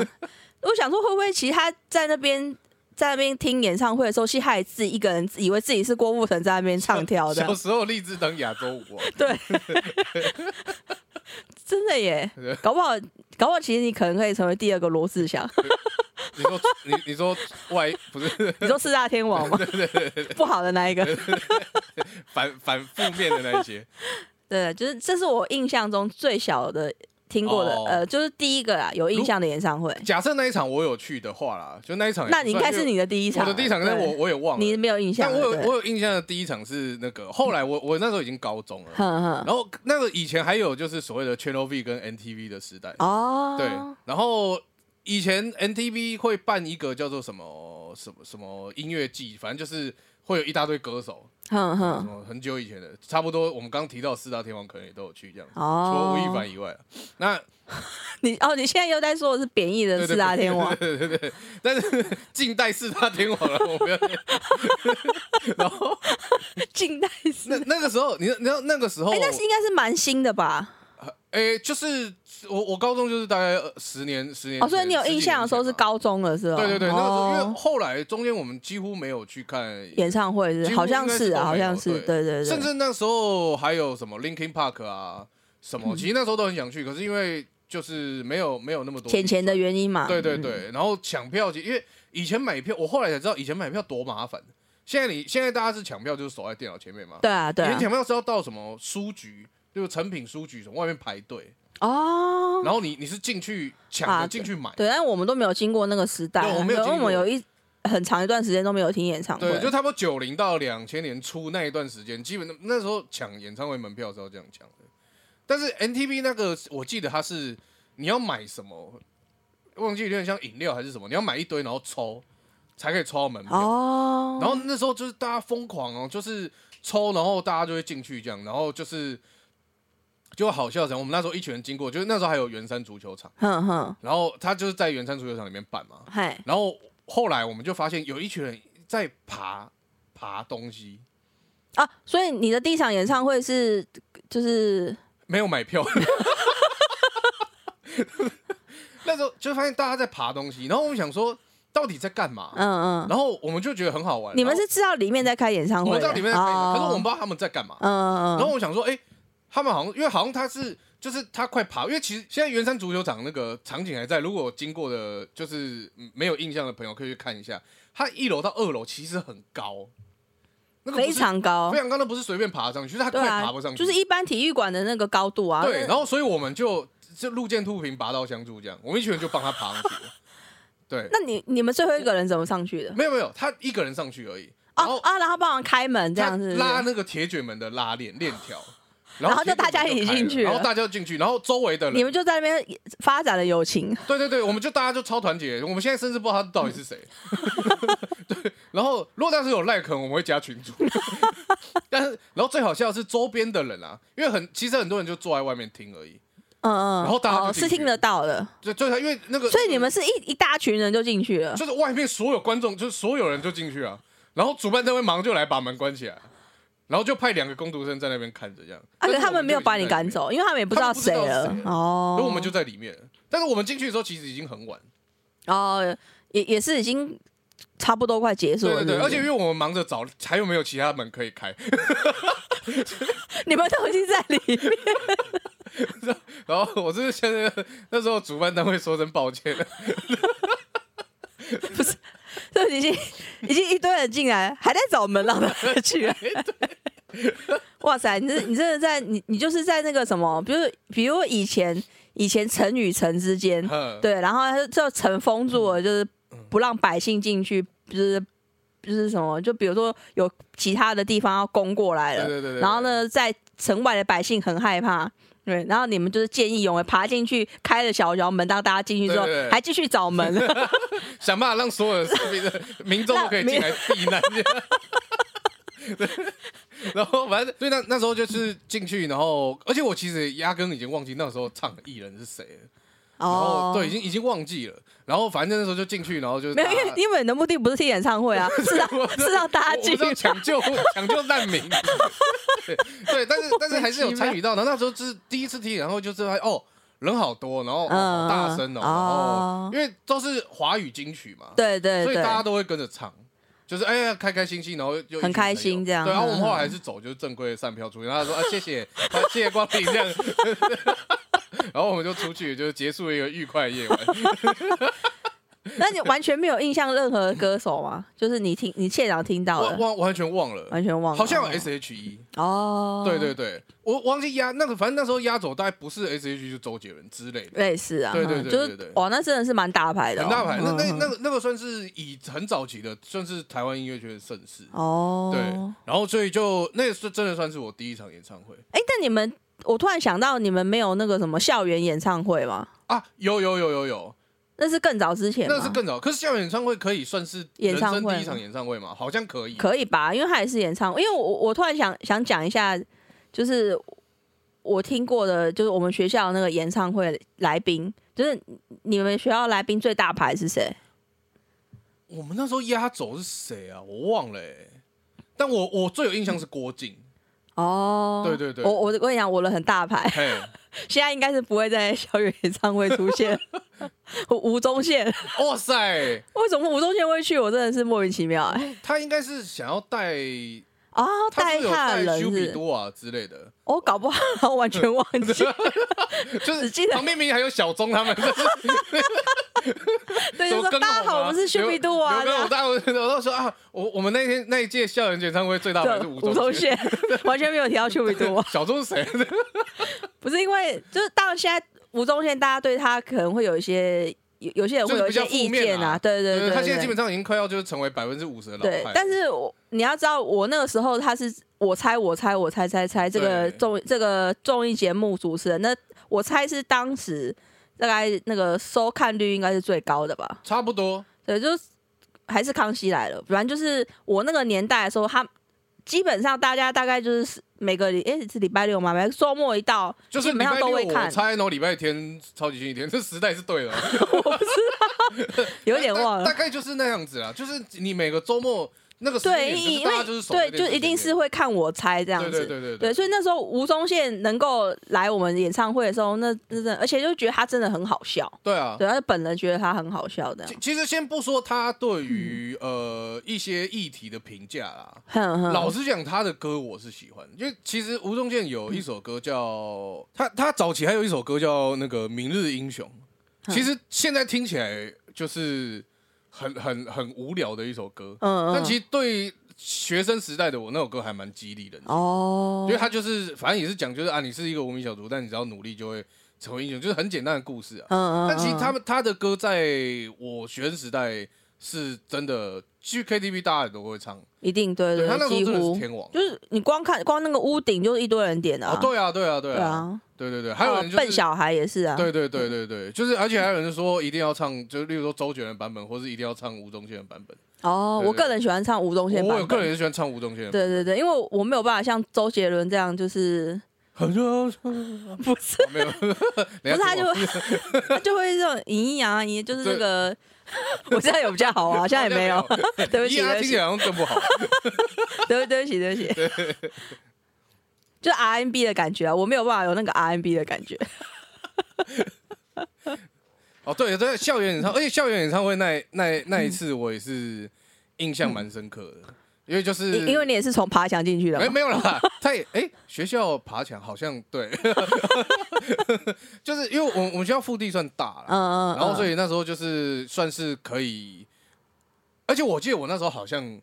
我想说，会不会其实他在那边在那边听演唱会的时候，其实他也自己一个人，以为自己是郭富城在那边唱跳
小
的，
时候立志当亚洲舞王，
对，真的耶
对，
搞不好搞不好其实你可能可以成为第二个罗志 祥，
你说你你说外不是
你说四大天王吗？不好的那一个，
反反负面的那一些，
对，就是这是我印象中最小的听过的，
哦
呃，就是第一个啊有印象的演唱会。
假设那一场我有去的话啦，就那一场也不
那
算，
你应该是
因为
你的第一场，
我的第一场，但
对
我我也忘了。
你没有印象
但
了，
我有
对嗯
我有印象的第一场是那个，后来我我那时候已经高中了，
哼哼
然后那个以前还有就是所谓的 Channel V 跟 NTV 的时代，
哦，
对，然后以前 NTV 会办一个叫做什么什么什么音乐季，反正就是会有一大堆歌手，
哼
什
哼
么很久以前的，差不多我们刚提到四大天王可能也都有去这样子，除了吴亦
哦，
凡以外，那
你哦，你现在又在说的是贬义的
对
四
对
大天王，
对对对对，但是 近代四大天王了，我不要。然后
近代史
那，那个时候，你知道那个时候，
哎，那是应该是蛮新的吧？
哎，就是我我高中就是大概呃十年十年前，
哦，所以你有
十几
印象的时候
年
是
前吧
高中了，是吧？
对对对，那个时候因为
哦，
后来中间我们几乎没有去看
演唱会
几
是
乎
好像
应该
是
是
啊，
都
好
没有
像是，对
对
对对，
甚至那时候还有什么 Linkin Park 啊，什
嗯
么，其实那时候都很想去，可是因为就是没有没有那么多
钱钱的原因嘛，
对对
嗯，
对，然后抢票，因为以前买票，我后来才知道以前买票多麻烦，现在你现在大家是抢票就是守在电脑前面嘛，
对啊，对
以前
啊，
抢票是要到什么书局，就是成品书局从外面排队，
哦，
然后你你是进去抢
啊
着进去买，
对，但是我们都没有经过那个时代啊，
对我没有
因为
经
我们
过
有一很长一段时间都没有听演唱会，
对，就差不多九零到两千年初那一段时间，基本上那时候抢演唱会门票是要这样抢的。但是 NTV 那个，我记得它是你要买什么，忘记有点像饮料还是什么，你要买一堆然后抽，才可以抽到门票。
哦，
然后那时候就是大家疯狂哦，就是抽，然后大家就会进去这样，然后就是就好笑成我们那时候一群人经过，就是那时候还有圆山足球场，
哼哼，
然后他就是在圆山足球场里面办嘛，
嘿，
然后后来我们就发现有一群人在爬爬东西，
啊，所以你的第一场演唱会是就是
没有买票。 那时候就发现大家在爬东西，然后我们想说到底在干嘛，
嗯嗯，
然后我们就觉得很好玩。
你们
然后
是知道里面在开演唱
我
会
们
的，
在里面在看，
哦
可是我们不知道他们在干嘛。
嗯嗯嗯，
然后我想说，哎、他们好像因为好像他是就是他快爬，因为其实现在圆山足球场那个场景还在，如果有经过的就是嗯没有印象的朋友可以去看一下，它一楼到二楼其实很高，那个不
非
是
常高
非，常高，那不是随便爬上去，就是它
哦对
快爬
啊
不上，去，
就是一般体育馆的那个高度啊，
对，
那
然后所以我们就就路见兔平，拔刀相助这样，我们一群人就帮他爬 上去了，对，
那你你们最后一个人怎么上去的？
没有没有，他一个人上去而已，然
哦
后
啊，然后帮忙开门这
他
样子，
拉那个铁卷门的拉链链条。
然后就
铁卷门
大家一起
开了
进去了
然后大家就进去，然后周围的人
你们就在那边发展了友情，
对对对，我们就大家就超团结，我们现在甚至不知道他到底是 谁。对，然后如果当时有赖肯，我们会加群主。 但是，然后最好笑的是周边的人啊，因为很其实很多人就坐在外面听而已。
嗯嗯，
然后大家就
哦
进去
是听得到的，
就最因为那个，
所以你们是一一大群人就进去了，
就是外面所有观众，就是所有人就进去啊。然后主办单位忙就来把门关起来，然后就派两个工读生在那边看着这样。
而
但
且
是
啊他
我
们没有把你赶走，因为他们也不知道谁
他们
了
不知道是谁
哦
就已经在里面，，所以我们就在里面了。但是我们进去的时候其实已经很晚，
哦也也是已经差不多快结束
对
了，
对对，
是不
而
是
且因为我们忙着找还有没有其他门可以开，
你们都已经在里面，
然后我就是现在那时候主办单位说声抱歉，
就已经已经一堆人进来，还在找门让他 们去。 哇塞，你这你真的在你你就是在那个什么，比如比如以前以前城与城之间，
嗯
对，然后就城封住了，就是不让百姓进去，就是。就是什么，就比如说有其他的地方要攻过来了，
对对对对对
然后呢，在城外的百姓很害怕，对，然后你们就是见义勇为，爬进去开了小窑门，当大家进去之后，
对对对
还继续 找门，
想办法让所有的市民的民众都可以进来避难。对 然后反正对那那时候就是进去，然后而且我其实压根已经忘记那时候唱的艺人是谁了，
哦
然后对已经已经忘记了，然后反正那时候就进去，然后就是
没有，因
大家
为因为你的目的不是听演唱会啊，是让
我
是让大家
我
进
们是要
去。
抢救抢救难 民。对对，但是但是还是有参与到。然后那时候就是第一次听，然后就是发现哦，人好多，然后、哦好
嗯
大声哦，
嗯
然后
哦
因为都是华语金曲嘛，
对对
所以
对
大，家都会跟着唱。就是哎呀，开开心心，然后就
很开心这样
对，然后
嗯
我们后来还是走就是正规的散票出去，然后他 说啊谢谢，啊谢谢光临这样， 然后我们就出去，就是结束了一个愉快的夜 晚。
那你完全没有印象任何歌手吗？就是你听你现场听到
我
的，
忘完全忘了，
完全忘了。
好像有 S H E，
哦，
对对对，我忘记压那个，反正那时候压轴大概不是 S H E，就周杰伦之类的，
类似啊，
对对
嗯
对
就
对对
是
对
哇，那真的是蛮大牌的哦，
很大牌。那那
嗯
那个那个算是以很早期的，算是台湾音乐圈的盛世。
哦，
对，然后所以就那个是真的算是我第一场演唱会
哎，但你们，我突然想到，你们没有那个什么校园演唱会吗？
啊，有有有有有，
那是更早之前吗，
那是更早。可是校园演唱会可以算是
演
人
唱
生
会
第一场演唱会嘛？好像可以。
可以吧？因为它也是演唱，因为我我我突然想想讲一下，就是我听过的，就是我们学校那个演唱会来宾，就是你们学校来宾最大牌是谁？
我们那时候压轴是谁啊？我忘了欸，但我我最有印象是郭靖。
哦，
对对对
我我我跟你讲，我的很大牌，
嘿，
现在应该是不会在校园演唱会出 现。吴吴宗宪，
哇塞，
为什么吴宗宪会去？我真的是莫名其妙哎、
他应该是想要带
啊，
他是不是
带
有
他的
带
人
修比
是，
多啊之类的，
我、搞不好我完全忘记。
就是
只记得
旁边明明还有小钟他们，就是
对，
什
就
么
说
跟
大家好，我们是
薛
Shubi
比
Do 啊，
跟我
这样
大家我都说啊，我我们那天那一届校园演唱会最大牌是
对，
吴
五
宗
头，血完全没有提到 Shubi Do，
小钟是谁？
不是因为就是当然现在吴宗宪大家对他可能会有一些有有些人会有一些意
就是比较负面
见
啊
啊，对对对，
他现在
对
基本上已经快要就是成为百分之五十的老
对
派，。
但是我你要知道，我那个时候他是我猜我猜我猜猜猜这个
对
综这个综艺节目主持人，那我猜是当时大概那个收看率应该是最高的吧？
差不多，
对，就是还是康熙来了，反正就是我那个年代的时候，他基本上大家大概就是每个礼哎、是礼拜六嘛，每个周末一到，
就是
基
礼
本
拜
上
六
都会
我
看，
猜，然后礼拜天超级星期天，这时代是对的，
有点忘了
大大。概就是那样子啦。就是你每个周末那个时
对，
间点，就
因
是
因
大家
为
就是守
对，
那段
就
时
一定
间
是会看我猜这样
对
子。
对对对
对，所以那时候吴宗宪能够来我们演唱会的时候，那那真的，而且就觉得他真的很好笑，
对啊。
对，他啊本人觉得他很好笑的
其，其实先不说他对于 呃一些议题的评价啦，
哼哼，
老实讲，他的歌我是喜欢，因为其实吴宗宪有一首歌叫他，他早期还有一首歌叫那个《明日英雄》，
嗯
其实现在听起来就是很很很无聊的一首歌，
嗯
但
嗯，
其实对学生时代的我那首歌还蛮激励人的，
哦
因为，他就是反正也是讲就是啊，你是一个无名小卒，但你只要努力就会成为英雄，就是很简单的故事啊。
嗯
但其实他们他的歌在我学生时代是真的去 KTV 大家也都会唱，
一定对
对他那时候
几
真的是
乎
天王。
就是你光看光那个屋顶就是一堆人点的
哦，
啊，
对啊，对啊，对
对
啊，
啊，
对对对，还有人就
笨
是，
小孩也是啊，
对对对对对，就是，而且还有人说一定要唱，就是例如说周杰伦版本，或是一定要唱吴宗宪的版本。
哦，
对对
我个人喜欢唱吴宗宪
我
版
我有
本
个人是喜欢唱吴宗宪的版
对对对，因为我没有办法像周杰伦这样，就是
本，很热，不是 没有，不
不是他就他就会这种营养啊，营就是那个， 我现在有比 较好 啊，现在也没有，， 对不起，
一他听啊
对不
起
起，
来好像更不好。
对 对不起，对不起， 就 RMB 的感觉啊，我没有办法有那个 RMB 的感觉，
哦，对，在校园演唱，而且哎校园演唱会那那那一次，我也是印象蛮深刻的，因为就是
因因为你也是从爬墙进去的
没
嘛，
没有啦，他也哎、学校爬墙好像对， 就是因为我们我们学校腹地算大啦，
嗯嗯，嗯
然后所以那时候就是算是可以，而且我记得我那时候好像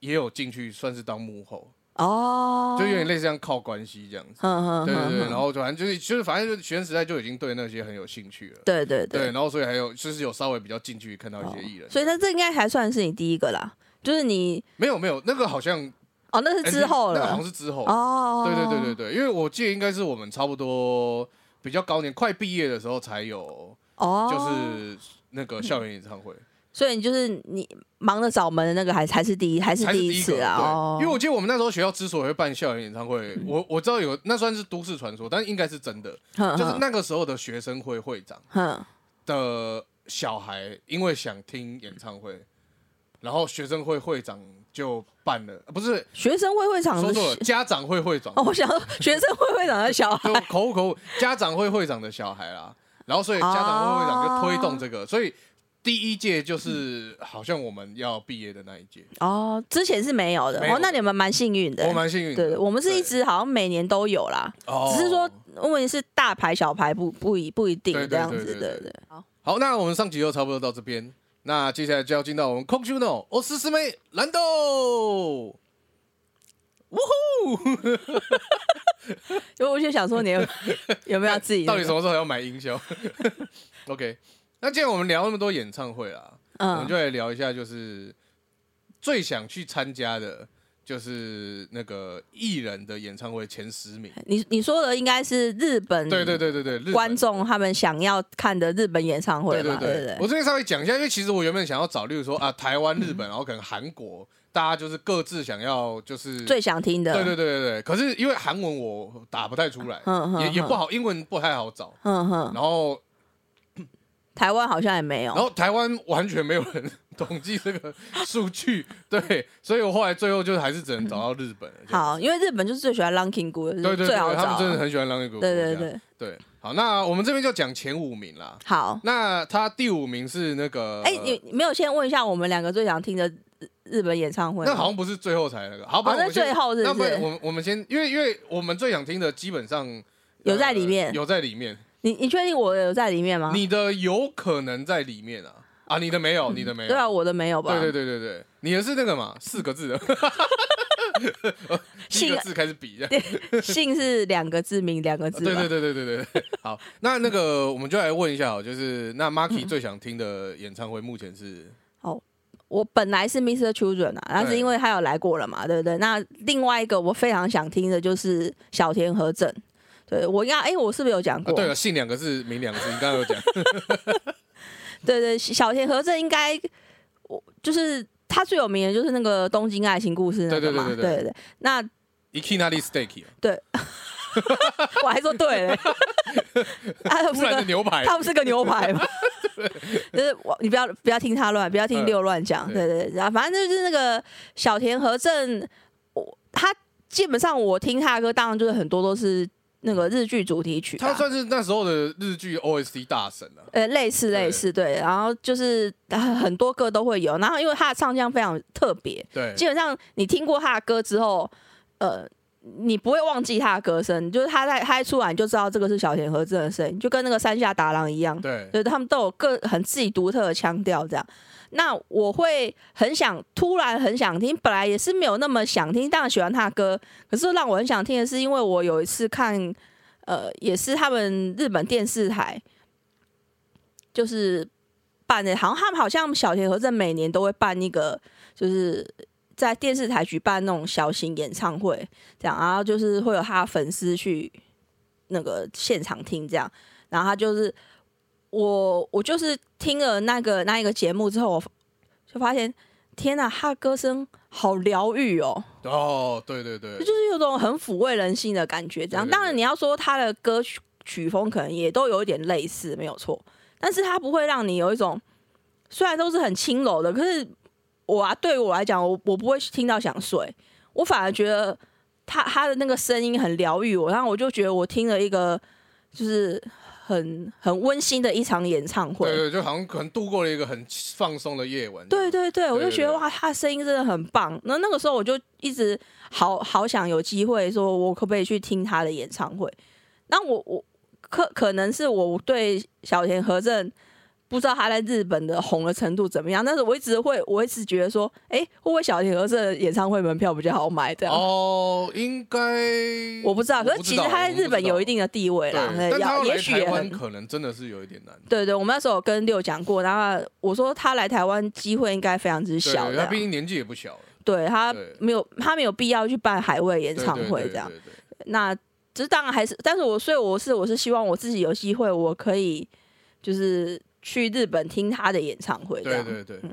也有进去，算是当幕后，
哦，
就有点类似像靠关系这样子。
哼，嗯嗯，
对对对，
哼
然后就反正就是就是反正就是学生时代就已经对那些很有兴趣了。
对对哦
对，
对，
然后所以还有就是有稍微比较进去看到一些艺人，
所以那这应该还算是你第一个啦，就是你
没有没有那个好像
哦，那是
哎
之后
那个好
了
像，是之后，
哦，
对对对对对，因为我记得应该是我们差不多比较高年快毕业的时候才有，
哦，嗯
就是那个校园演唱会，
所以你就是你忙着找门的那个还还是第一还是
才是
第
第
一
一个
次啊？
对
哦，嗯
因为我记得我们那时候学校之所以会办校园演唱会，我我知道有那算是都市传说，但应该是真的，
嗯哼
就是
哼
那个时候的学生会会长
哼
的小孩，因为想听演唱会，然后学生会会长就办了，呃不是
学 生会会长
说
的
错了，家长会会长
哦，我想说学生会会长的小孩
就口误口误，家长会会长的小孩啦，然后所以家长会会长就推动这
啊
个，所以第一届就是好像我们要毕业的那一届，
哦，之前是没有的
没有
哦，那你们蛮幸运的
我。蛮幸运的。
对，我们是一直好像每年都有啦，
对，
只是说
哦
问题是大牌小牌不不一不一定
对对
这样
对
子，
对
对
对
对。好，
好，那我们上集就差不多到这边，那接下来就要进到我们 c o n j u n o 我是师妹蓝豆。
因为我就想说你有 有没有要自己
到底什么时候要买音效 ？OK，那既然我们聊那么多演唱会啦，我们
嗯
就来聊一下，就是最想去参加的，就是那个艺人的演唱会前十名。
你你说的应该是日本
对对对对对，日本
观。众他们想要看的日本演唱会
对
嘛，
对
对
对，我这边稍微讲一下，因为其实我原本想要找，例如说啊，台湾、日本，然后可能韩国，大家就是各自想要就是
最想听的，
对对对对对。可是因为韩文我打不太出来，
嗯
也也不
好，
好，英文不太好找。
嗯哼，
然后
台湾好像也没
然
有，
后台湾完全没有人统计这个数据，对，所以我后来最后就还是只能找到日本。这样，
好，因为日本就是最喜欢 Ranking 股，就是
对对对，
最好找
他们
啊，
真的很喜欢浪一个国家。
对对对，
对好，那我们这边就讲前五名啦。
好，
那他第五名是那个，呃
哎，你你没有先问一下我们两个最想听的日日本演唱会吗？
那好像不是最后才那个，好，不
哦，
然我
那
们先
最后是
那
不
不然我
是
们我们先，因为因为我们最想听的基本上
有在里面啊
呃有在里面，
你你确定我有在里面吗？
你的有可能在里面啊啊，你的没有，你的没有，
对啊，我的没有吧？
对对对对对，你的是那个嘛，四个字 的， 呃第一
性
个
啊
字开始比一下。
姓是两个字，名两个字吧。
对对对对对对对，好，那那个我们就来问一下哦，就是那
嗯
Marky 最想听的演唱会目前是
我本来是 Mr. Children 啊，但是
对
因为他有来过了嘛，对不对？那另外一个我非常想听的就是小田和正，对我应该，哎、我是不是有讲
啊，
过？
对了，姓两个字，名两个字，你刚刚有 讲，
对对，小田和正应该我就是他最有名的就是那个《东京爱情故事》那个嘛，
对对对对对
对那
Ikinari Steak，啊
我还说对 嘞， 他不
不
是
然的
个
牛排，
他不是个 牛排吗？ 就是我，你不要不要听他乱，不要听六乱讲，
嗯
对对对，然后反正就是那个小田和正，我他基本上我听他的歌，当然就是很多都是那个日剧主题曲、啊，
他算是那时候的日剧 OST 大神啊了、
呃，类似
对
类似，对，然后就是呃很多歌都会有，然后因为他的唱腔非常特别，
对，
基本上你听过他的歌之后，呃，你不会忘记他的歌声，就是他在他一出来你就知道这个是小田和正的声音，就跟那个山下达郎一样，
对，
对，他们都有各很自己独特的腔调这样。那我会很想，突然很想听，本来也是没有那么想听，当然喜欢他的歌，可是让我很想听的是，因为我有一次看，呃，也是他们日本电视台，就是办的，好像他们好像小田和正每年都会办一个，就是在电视台举办那种小型演唱会，这样，然后就是会有他的粉丝去那个现场听这样，然后他就是我我就是听了那个那一个节目之后，我就发现天呐、他的歌声好疗愈哦，
哦，对对对
就，是有种很抚慰人心的感觉。这样，
对对对
当然你要说他的歌曲曲风可能也都有一点类似，没有错，但是他不会让你有一种虽然都是很轻柔的，可是我啊对我来讲，我我不会听到想睡，我反而觉得他他的那个声音很疗愈我，然后我就觉得我听了一个就是很很温馨的一场演唱会。
对对，就好像可能度过了一个很放松的夜晚。
对对对，我就
对对
觉得
对
哇，他的声音真的很棒。那那个时候我就一直好好想有机会，说我可不可以去听他的演唱会？那我我可可能是我对小田和正不知道他在日本的红的程度怎么样，但是我一直会，我一直觉得说，哎、会不会小田和正的演唱会门票比较好买？这样、
哦，应该
啊我不知道。可是其实他在日本有一
定
定的地位啦，
对，但他要
也
来
也许啊
台
也
湾
很
可能真的是有一点难。
对对，我们那时候有跟六讲过，然后我说他来台湾机会应该非常之
对
小，这啊
他
样
毕竟年纪也不小了，
对他
对
没有他没有必要去办海外演
对
唱
对
会
对
这样。
对对对
那只是当然还是，但是我所以我是我是希望我自己有机会，我可以就是去日本听他的演唱会这样。嗯
对对对。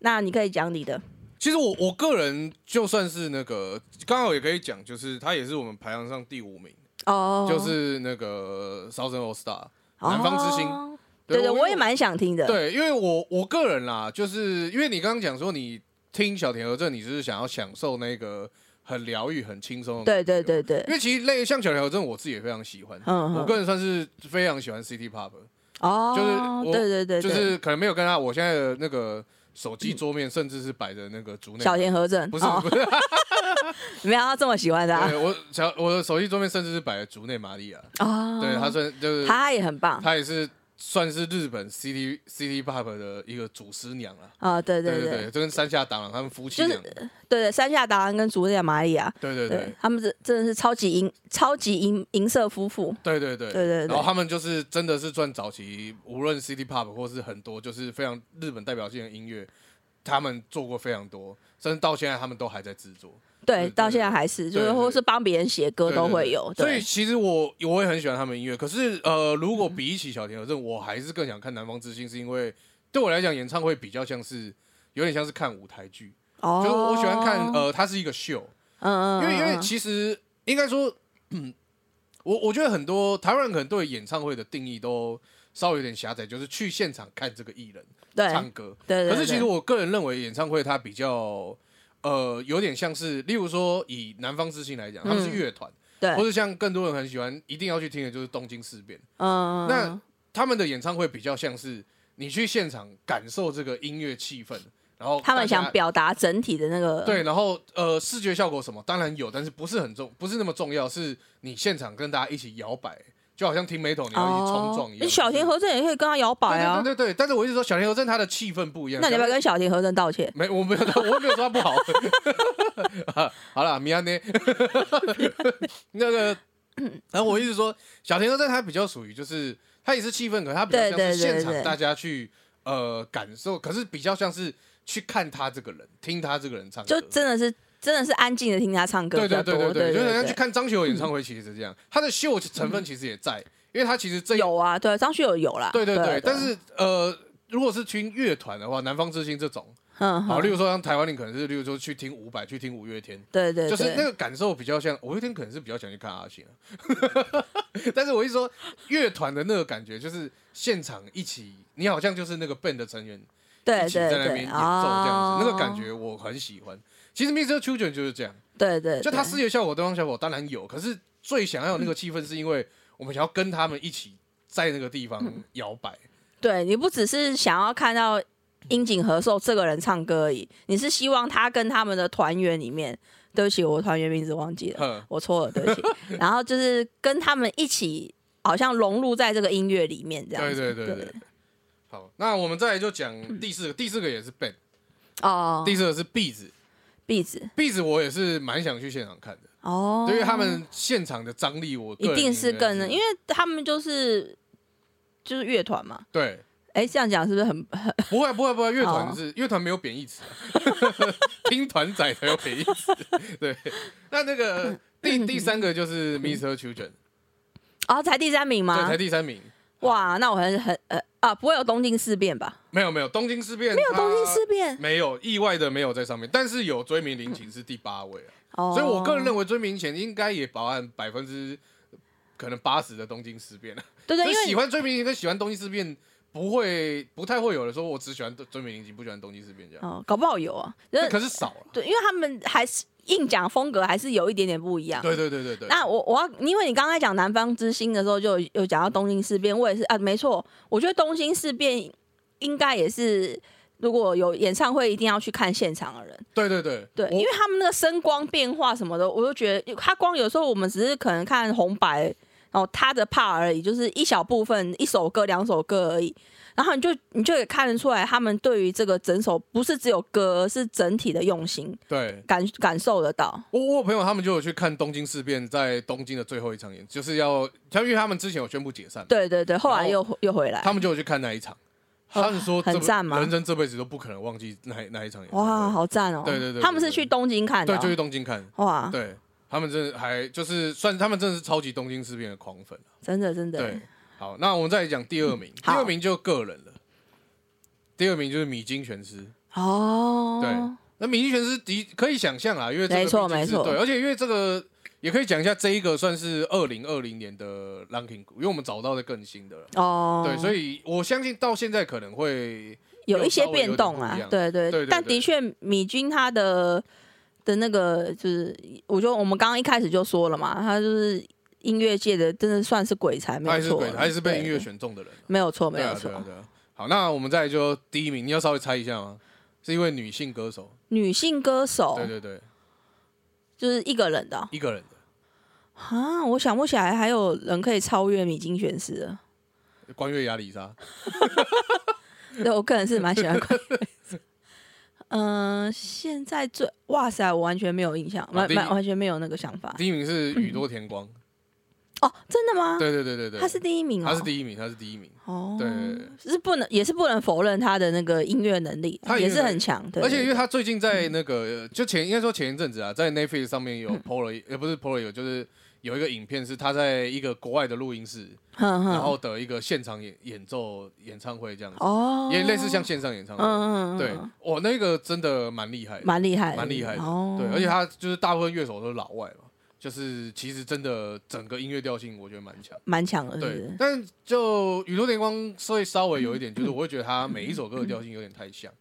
那你可以讲你的，
其实我我个人就算是那个，刚好也可以讲，就是他也是我们排行上第五名，
哦，
就是那个 Southern All Star 南方之星。
哦对对，
因为
我也蛮想听的。
对，因为我我个人啦，就是因为你刚刚讲说你听小田和正，你就是想要享受那个很疗愈、很轻松的
对
感觉。
对对对
因为其实类像小田和正，我自己也非常喜欢。
嗯嗯
我个人算是非常喜欢 City Pop，
哦，
就是我
对对对，
就
对
是可能没有跟他我现在的那个手机桌面，甚至是摆的那个竹内
小田和正，
不是
哦
不是，
没有他这么喜欢的啊
对我小我的手机桌面甚至是摆的竹内玛利亚，
哦，
对他算就是
他也很棒
他也是算是日本 City City Pop 的一个祖师娘了。
啊，对
对
对
对，就跟山下达郎他们夫妻
就
俩
是，对对，山下达郎跟竹内玛利亚，
对对
对
对，
他们是真的是超级银超级银银色夫妇，
对对对
对对对
然后他们就是真的是赚早期，无论 City Pop 或是很多就是非常日本代表性的音乐，他们做过非常多，甚至到现在他们都还在制作，
对
对，
到现在还是就
对对
是或是帮别人写歌
对
都会有，
对对所以
哦对嗯
其实我我也很喜欢他们音乐，可是呃，如果比起小田和正，我还是更想看南方之星，是因为对我来讲，演唱会比较像是有点像是看舞台剧，
哦
就是我喜欢看呃，它是一个秀，
嗯嗯，
因为因为
嗯
其实应该说，嗯，我我觉得很多台湾人可能对演唱会的定义都稍微有点狭窄，就是去现场看这个艺人
对
唱歌。
对对，
可是其
对
实我个人认为，演唱会它比较呃有点像是，例如说以南方之星来讲，他们是
嗯
乐团，
对
或者像更多人很喜欢一定要去听的就是东京事变，
嗯
那他们的演唱会比较像是你去现场感受这个音乐气氛，然后
他
大
们
家
想表达整体的那个
对，然后呃，视觉效果什么当然有，但是不是很重，不是那么重要，是你现场跟大家一起摇摆，就好像听眉头你要一起冲
哦
撞一，样。
你小田和正也可以跟他摇摆啊。
对对对对，但是我一直说小田和正他的气氛不一样。
那你要不要
小
跟小田和正道歉？
没，我没有，我没有说他不好。 啊好了，米安呢？ 那个，然后我一直说小田和正他比较属于就是他也是气氛，可是他比较
对
像
对
是
对
现场
对
大家去呃感受，可是比较像是去看他这个人，听他这个人唱歌
就。真的是真的是安静的听他唱歌
对
比较
对
多，
对对
对
就是像去看张学友演唱会，其实是这样，他的秀成分其实也在，因为他其实这一
有啊，对，张学友有啊啦，
对对
对
对，，但是呃，如果是听乐团的话，南方之星这种，
嗯，
好，
哼
例如说像台湾，你可能是例如说去听伍佰，去听五月天，
对对，
就是
对
那个感受比较像。五月天可能是比较想去看阿信、啊， 但是我一说乐团的那个感觉，就是现场一起，你好像就是那个 band 的成员
对
一起在
哎对
那边
对
演奏这样
哦
子，那个感觉我很喜欢。其实 Mr. Children 就是这样，
对对，
就他
对
视觉效果、灯光效果当然有，可是最想要有那个气氛，是因为我们想要跟他们一起在那个地方摇摆。
对你不只是想要看到樱井和寿这个人唱歌而已，你是希望他跟他们的团员里面，对不起，我团员名字忘记了，
哼
我错了，对不起。然后就是跟他们一起，好像融入在这个音乐里面这样
对
子。
对对对。好，那我们再来就讲第四个，第四个也是 band，
哦，
第四个是 b 子
壁纸
b 子我也是蛮想去现场看的，
哦，
对于他们现场的张力，我个
一
人
定是
觉得
更，因为他们就是就是乐团嘛。
对，
哎，这样讲是不是很
不会不会不会，乐团
哦
是乐团没有贬 义词，听团仔才有贬义词。对，那那
嗯
个第第三个就是 Mr. Children，
哦，才第三名
对，
吗
才？第三名。
哇，那我很很呃啊，不会有东京事变吧？
没有没有东京事变，没
没有东京事变
没有意外的没有在上面，但是有追名林琴是第八位啊。
哦，
所以我个人认为追名前应该也包含百分之可能八十的东京事变了。啊
对对，
就
因为
喜欢追名前跟喜欢东京事变不会不太会有人说我只喜欢追名林琴，不喜欢东京事变这样，
哦，搞不好有啊，
那
那
可是少了。
对，因为他们还是硬讲风格还是有一点点不一样。
对对对对对，
啊那我我要，因为你刚才讲南方之星的时候，就有有讲到东京事变，我也是啊，没错，我觉得东京事变应该也是如果有演唱会一定要去看现场的人，
对对对
对，因为他们那个声光变化什么的，我就觉得他光有时候我们只是可能看红白，然后他的 part 而已，就是一小部分一首歌两首歌而已。然后你就你就也看得出来，他们对于这个整首不是只有歌，而是整体的用心
对。
感感受得到。
我我有朋友他们就有去看东京事变，在东京的最后一场演，就是要，他因为他们之前有宣布解散，
对对对，后来
然后
又又回来。
他们就有去看那一场。
哦
他们说这
很
辈
赞吗
人生这辈子都不可能忘记那一那一场演唱会。
哇，好赞哦！
对对对对
他们是去东京看的
对，
哦、
就去东京看。
哇，
对他们真的还就是算他们真的是超级东京事变的狂粉。
真的真的，
对，好，那我们再讲第二名，第
嗯好
二名就个人了。第二名就是米津玄师，
哦，
对，那米津玄师的可以想象啊，因为这个
没错
毕竟是
没错
对，而且因为这个也可以讲一下，这一个算是二零二零年的 ranking，因为我们找到的更新的了，
哦，
对，所
以
以我相信到现在可能会
有一些变动
有
啊
稍微有点，不一
对对
对对对
但的确，米君他的的那个就是，我觉得我们刚刚一开始就说了嘛，他就是音乐界的，真的算是鬼才，没
他还
有
是
错
鬼，，还是被音乐
对，
选中的人啊，
没有错，没
对
有
啊，
错
对，啊，对啊。好，那我们再来就第一名，你要稍微猜一下吗？是一位女性歌手，
女性歌手
对对对，
就是一个人的哦
一个人的，
啊，我想不起来还有人可以超越米津玄师的，
关月亚里莎，
对我个人是蛮喜欢关于 嗯、现在最哇塞，我完全没有印象，完
啊第一
完完全没有那个想法。
第一名是宇多田光，
哦，真的吗？
对对对对对，
他是第一名哦，
他是第一名，他是第一名。
哦，
对对对，
是不能也是不能否认他的那个音乐能力
他，
也
音乐
是
能力
很强，对，嗯
而且因为他最近在那个，呃就前应该说前一阵子啊，在 Netflix 上面有 PO 了一，呃，不是 PO 了有，就是有一个影片是他在一个国外的录音室，
哼
然
哼，
后的一个现场演演奏演唱会这样子，
嗯哦，
也类似像线上演唱会。
嗯，嗯嗯，
对
嗯，
我那个真的蛮厉害的，
蛮厉害的，
蛮厉害的
哦，
对，而且他就是大部分乐手都是老外嘛，就是其实真的整个音乐调性我觉得蛮强。
蛮强的，是不
对
是，？
但就宇多田光会稍微有一点，就是我会觉得他每一首歌的调性有点太像。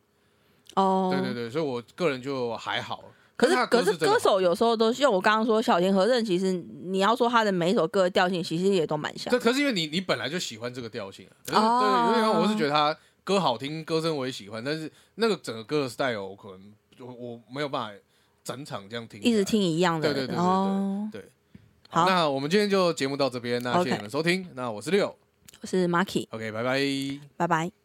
哦，
对对对，所以我个人就还好。
可
但他
是
的
可是
真的
歌手有时候都像我刚刚说，小田和正，其实你要说他的每一首歌的调性，其实也都蛮像
好，这。可是因为你你本来就喜欢这个调性啊。可是
哦
对，有点我是觉得他歌好听，歌声我也喜欢，但是那个整个歌的 style 我可能我我没有办法整场这样听，
一直。听一样
对
的，
对对对对
哦，
对，好，
好
那我们今天就节目到这边，那谢谢
OK
你们收听，那我是六
我是 Marky，
，OK，拜拜。
拜拜。